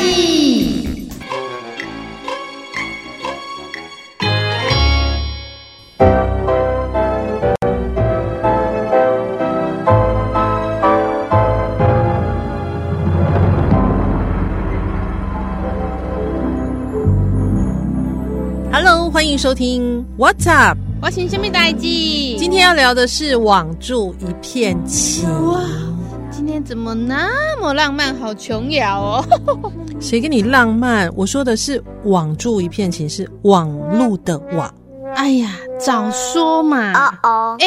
志？ Hello，欢迎收听 What's Up。发生什么代志？今天要聊的是网住一片情，哇，今天怎么那么浪漫，好琼瑶哦！谁跟你浪漫？我说的是网住一片情，是网路的网。哎呀，早说嘛！ Uh oh.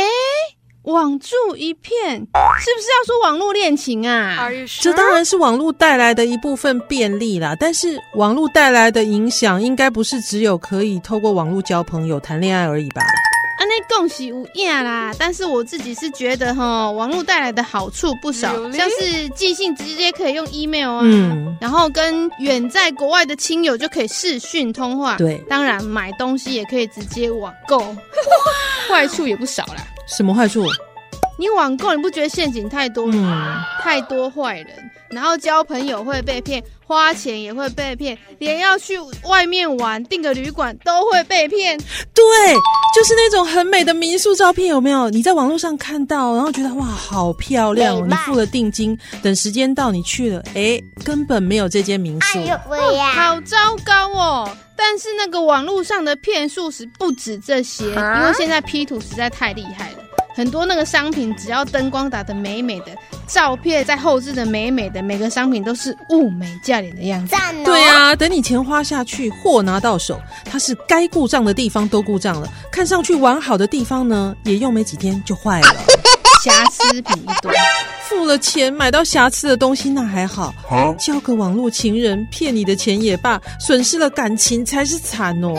网住一片，是不是要说网络恋情啊 Are？you sure? 这当然是网络带来的一部分便利啦，但是网络带来的影响，应该不是只有可以透过网络交朋友、谈恋爱而已吧？啊，那共喜无厌啦。但是我自己是觉得哈，网络带来的好处不少 Really？像是寄信直接可以用 email 啊，嗯然后跟远在国外的亲友就可以视讯通话。对当然买东西也可以直接网购，坏处也不少啦。什么坏处？你网购你不觉得陷阱太多了吗？嗯，太多坏人，然后交朋友会被骗，花钱也会被骗，连要去外面玩订个旅馆都会被骗。对，就是那种很美的民宿照片，有没有？你在网络上看到，然后觉得哇，好漂亮哦！美你吧嗯付了定金，等时间到你去了，哎，根本没有这间民宿。哎呦喂呀！好糟糕哦！但是那个网络上的骗术是不止这些，啊因为现在 P 图实在太厉害了。很多那个商品，只要灯光打得美美的，照片在后置的美美的，每个商品都是物美价廉的样 子。赞哦！对啊，等你钱花下去，货拿到手，它是该故障的地方都故障了，看上去完好的地方呢，也用没几天就坏了。瑕疵品一堆，付了钱买到瑕疵的东西那还好，交个网络情人骗你的钱也罢，损失了感情才是惨哦。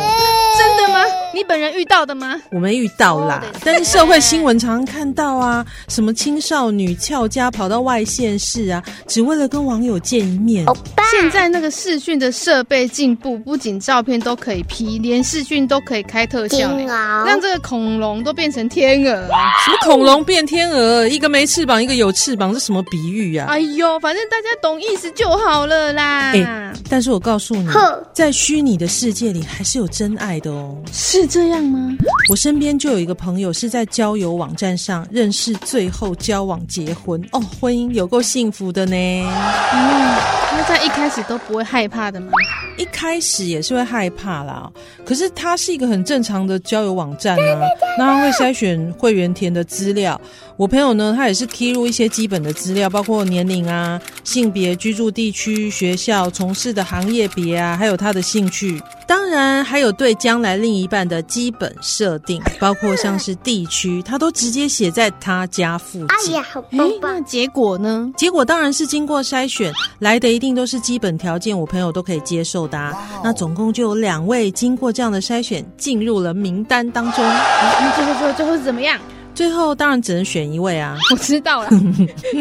真的吗？你本人遇到的吗？我没遇到啦说得，但是社会新闻常常看到啊，什么青少女翘家跑到外县市啊，只为了跟网友见一面。欧巴，现在那个视讯的设备进步，不仅照片都可以 P，连视讯都可以开特效金呢，鳌让这个恐龙都变成天鹅。啊什么恐龙变天鹅，一个没翅膀，一个有翅膀，这什么比喻啊？哎呦，反正大家懂意思就好了啦。哎但是我告诉你呵，在虚拟的世界里还是有真爱的哦。是这样吗？我身边就有一个朋友是在交友网站上认识，最后交往结婚哦，婚姻有够幸福的呢。嗯，他在一开始都不会害怕的吗？一开始也是会害怕啦，可是它是一个很正常的交友网站啊，那它会筛选会员填的资料。我朋友呢，他也是 key 入一些基本的资料，包括年龄啊、性别、居住地区、学校、从事的行业别啊，还有他的兴趣。当然，还有对将来另一半的基本设定，包括像是地区，他都直接写在他家附哎近。呀，好哎棒，那棒！结果呢？结果当然是经过筛选来的，一定都是基本条件，我朋友都可以接受的、啊。那总共就有两位经过这样的筛选进入了名单当中，那嗯最后最后最后是怎么样？ 最后当然只能选一位啊。我知 道了，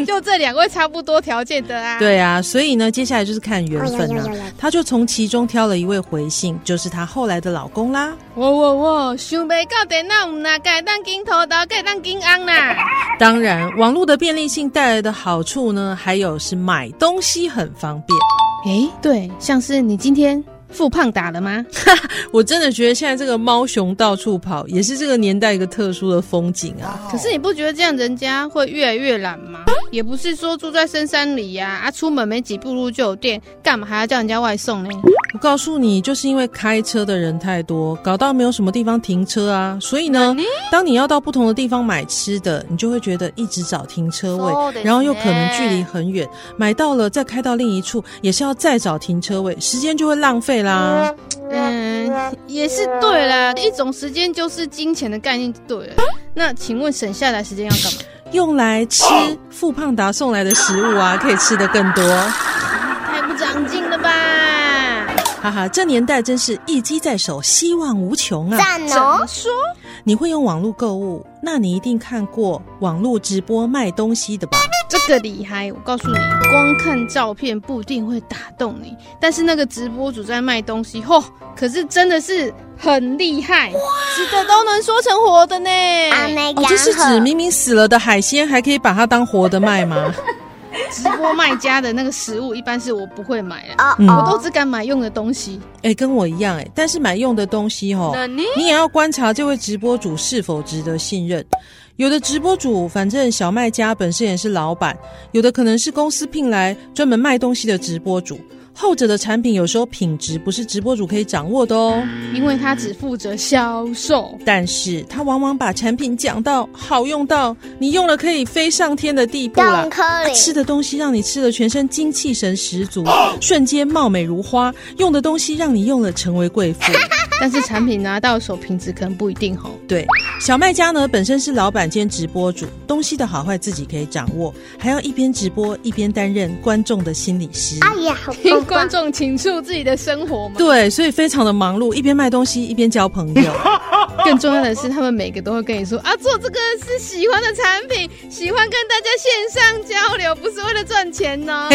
就这两位差不多条件的啊。，对啊，所以呢，接下来就是看缘分哎呀呀呀啊呀。她就从其中挑了一位回信，就是她后来的老公啦。我我我想袂到电脑唔啦，改当金头刀，改当金昂啦。当然，网络的便利性带来的好处呢，还有是买东西很方便。哎，对，像是你今天复胖打了吗？我真的觉得现在这个猫熊到处跑，也是这个年代一个特殊的风景啊。可是你不觉得这样人家会越来越懒吗？也不是说住在深山里呀、啊，出门没几步路就有店，干嘛还要叫人家外送呢？我告诉你，就是因为开车的人太多，搞到没有什么地方停车啊。所以呢，当你要到不同的地方买吃的，你就会觉得一直找停车そう位です，ね然后又可能距离很远，买到了再开到另一处，也是要再找停车位，时间就会浪费嗯啦。啊嗯，也是对啦，一种时间就是金钱的概念就对了。那请问省下来时间要干嘛？用来吃富胖达送来的食物啊，可以吃得更多。太不长进了吧！哈哈，这年代真是一机在手，希望无穷啊！赞怎么哦，说？你会用网络购物，那你一定看过网络直播卖东西的吧？这个厉害！我告诉你，光看照片不一定会打动你，但是那个直播主在卖东西，吼，可是真的是很厉害，死的都能说成活的呢。阿妹哦，干这是指涸明明死了的海鲜，还可以把它当活的卖吗？ 直播卖家的那个食物，一般是我不会买的，哦嗯我都哦，只敢买用的东西。哎、跟我一样哎、但是买用的东西哦，你你也要观察这位直播主是否值得信任。有的直播主，反正小卖家本身也是老板，有的可能是公司聘来专门卖东西的直播主。后者的产品有时候品质不是直播主可以掌握的哦，因为他只负责销售，但是他往往把产品讲到好用到你用了可以飞上天的地步啦邓。科啊林，吃的东西让你吃的全身精气神十足，瞬间貌美如花；用的东西让你用了成为贵妇。但是产品拿到手品质可能不一定 吼。对，小卖家呢本身是老板兼直播主，东西的好坏自己可以掌握，还要一边直播一边担任观众的心理师。哎呀，好听棒观棒，众倾诉自己的生活嘛。 对，所以非常的忙碌，一边卖东西一边交朋友。更重要的是，他们每个都会跟你说啊，做这个是喜欢的产品，喜欢跟大家线上交流，不是为了赚钱哦。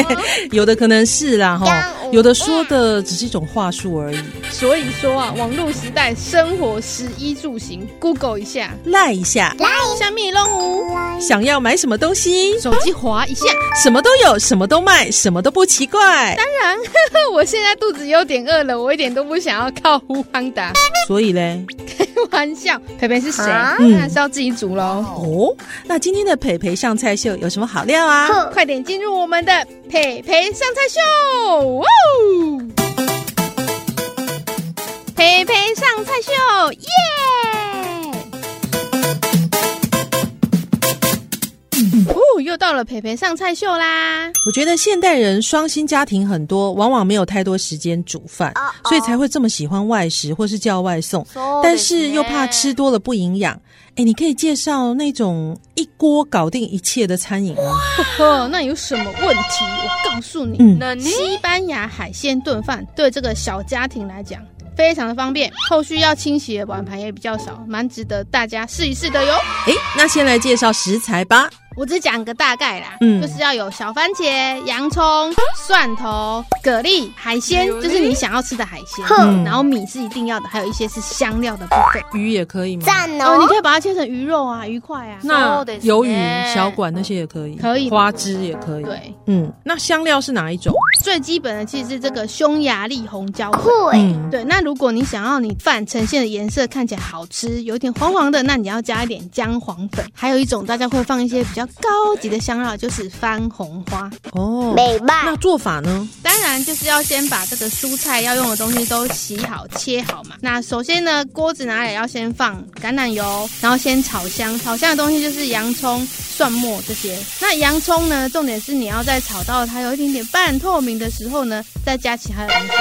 有的可能是啦哈干，有的说的只是一种话术而已。所以说啊，网络时代，生活食衣住行，Google 一下，赖一下，下面弄五，想要买什么东西，手机滑一下。什么都有，什么都卖，什么都不奇怪。哼 我现在肚子有点饿了，我一点都不想要靠呼康达。所以嘞，玩笑，培培是谁？啊当然是要自己煮喽。哦，那今天的培培上菜秀有什么好料啊？哼，快点进入我们的培培上菜秀！哇哦，培培上菜秀，耶！哦，又到了培培上菜秀啦！我觉得现代人双薪家庭很多，往往没有太多时间煮饭哦哦所以才会这么喜欢外食或是叫外送，但是又怕吃多了不营养。哎，你可以介绍那种一锅搞定一切的餐饮吗？哦，那有什么问题？我告诉你，嗯西班牙海鲜炖饭对这个小家庭来讲非常的方便，后续要清洗的碗盘也比较少，蛮值得大家试一试的哟。哎，那先来介绍食材吧。我只讲个大概啦，嗯就是要有小番茄、洋葱、蒜头、蛤蜊、海鲜，就是你想要吃的海鲜。哼然后米是一定要的，还有一些是香料的部分。鱼也可以吗？赞哦，你哦，可以把它切成鱼肉啊、鱼块啊。那そうですね鱿鱼、小管那些也可以，可以花枝也可以。，对，嗯，那香料是哪一种？最基本的其实是这个匈牙利红椒粉。会嗯，对，那如果你想要你饭呈现的颜色看起来好吃，有点黄黄的，那你要加一点姜黄粉。还有一种大家会放一些比较高级的香料，就是番红花。哦，美那吧，做法呢？当然就是要先把这个蔬菜要用的东西都洗好、切好嘛。那首先呢，锅子拿来要先放橄榄油，然后先炒香。炒香的东西就是洋葱、蒜末这些。那洋葱呢，重点是你要在炒到它有一点点半透明的时候呢，再加其他的东西。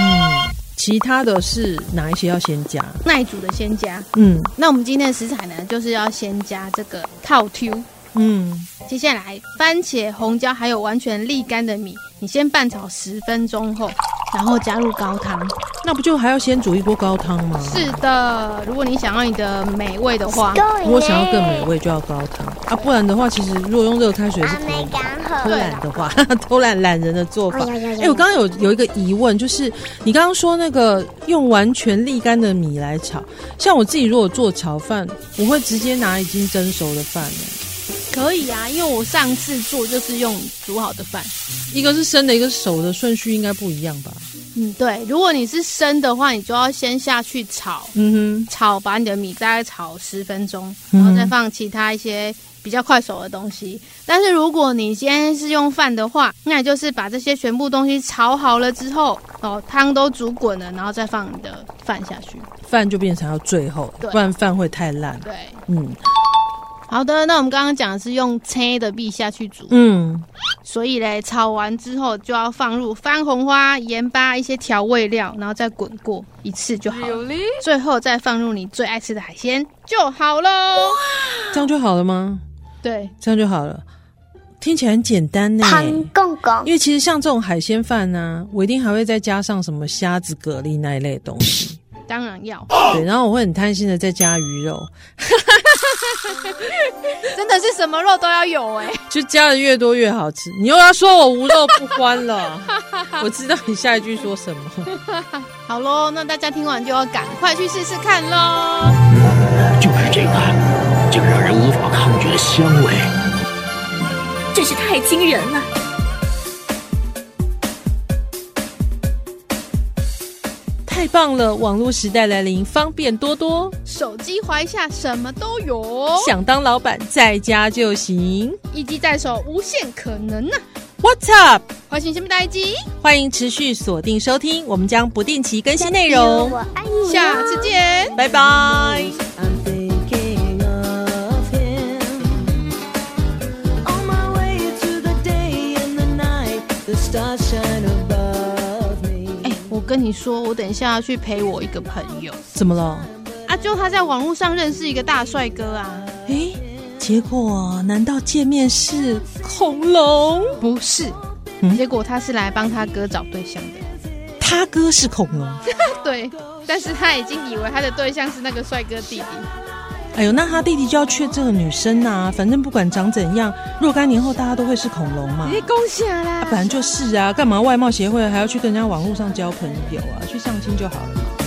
嗯，其他的是哪一些要先加？耐煮的先加。嗯那我们今天的食材呢，就是要先加这个套 Q。嗯。接下来，番茄、红椒还有完全沥干的米，你先拌炒十分钟后，然后加入高汤。那不就还要先煮一锅高汤吗？是的，如果你想要你的美味的话，够如果想要更美味，就要高汤啊，不然的话，其实如果用热开水也是阿可以妹的。啊干偷涸，懒的话， 偷懒懒人的做法。哎呀呀哎、我刚刚有有一个疑问，就是你刚刚说那个用完全沥干的米来炒，像我自己如果做炒饭，我会直接拿已经蒸熟的饭、哎可以啊，因为我上次做就是用煮好的饭。一个是生的，一个是熟的，顺序应该不一样吧？嗯，对，如果你是生的话，你就要先下去炒，嗯炒把你的米大概炒十分钟，嗯然后再放其他一些比较快熟的东西。但是如果你今天是用饭的话，那你就是把这些全部东西炒好了之后，哦，汤都煮滚了，然后再放你的饭下去。哼，饭就变成要最后，对不然饭会太烂。对，嗯好的，那我们刚刚讲的是用切的币下去煮，嗯，所以嘞，炒完之后就要放入番红花、盐巴一些调味料，然后再滚过一次就好了。最后再放入你最爱吃的海鲜就好喽。这样就好了吗？对，这样就好了。听起来很简单呢、汤公公因为其实像这种海鲜饭呢、我一定还会再加上什么虾子、蛤蜊那一类的东西。当然要，对，然后我会很贪心的再加鱼肉， 真的是什么肉都要有哎、就加的越多越好吃。你又要说我无肉不欢了，我知道你下一句说什么。 好喽，那大家听完就要赶快去试试看喽。就是这个，这个让人无法抗拒的香味。真是太惊人了！太棒了，网络时代来临，方便多多，手机怀下什么都有，想当老板在家就行。一机在手，无限可能呐、 What's up？欢迎下面大一机，欢迎持续锁定收听，我们将不定期更新内容。我爱你哦。下次见。拜拜。 I'm thinking of him on my way to the day and the night. The stars shine above me. 哎、我跟你说，我等一下要去陪我一个朋友怎么了？啊，就他在网络上认识一个大帅哥啊，诶，哎结果难道见面是恐龙？不是，嗯结果他是来帮他哥找对象的，他哥是恐龙？对，但是他已经以为他的对象是那个帅哥弟弟，哎呦，那他弟弟就要缺这个女生呐、反正不管长怎样，若干年后大家都会是恐龙嘛。哎、恭喜啊啦啊，本来就是啊，干嘛外貌协会还要去跟人家网络上交朋友啊？去相亲就好了嘛。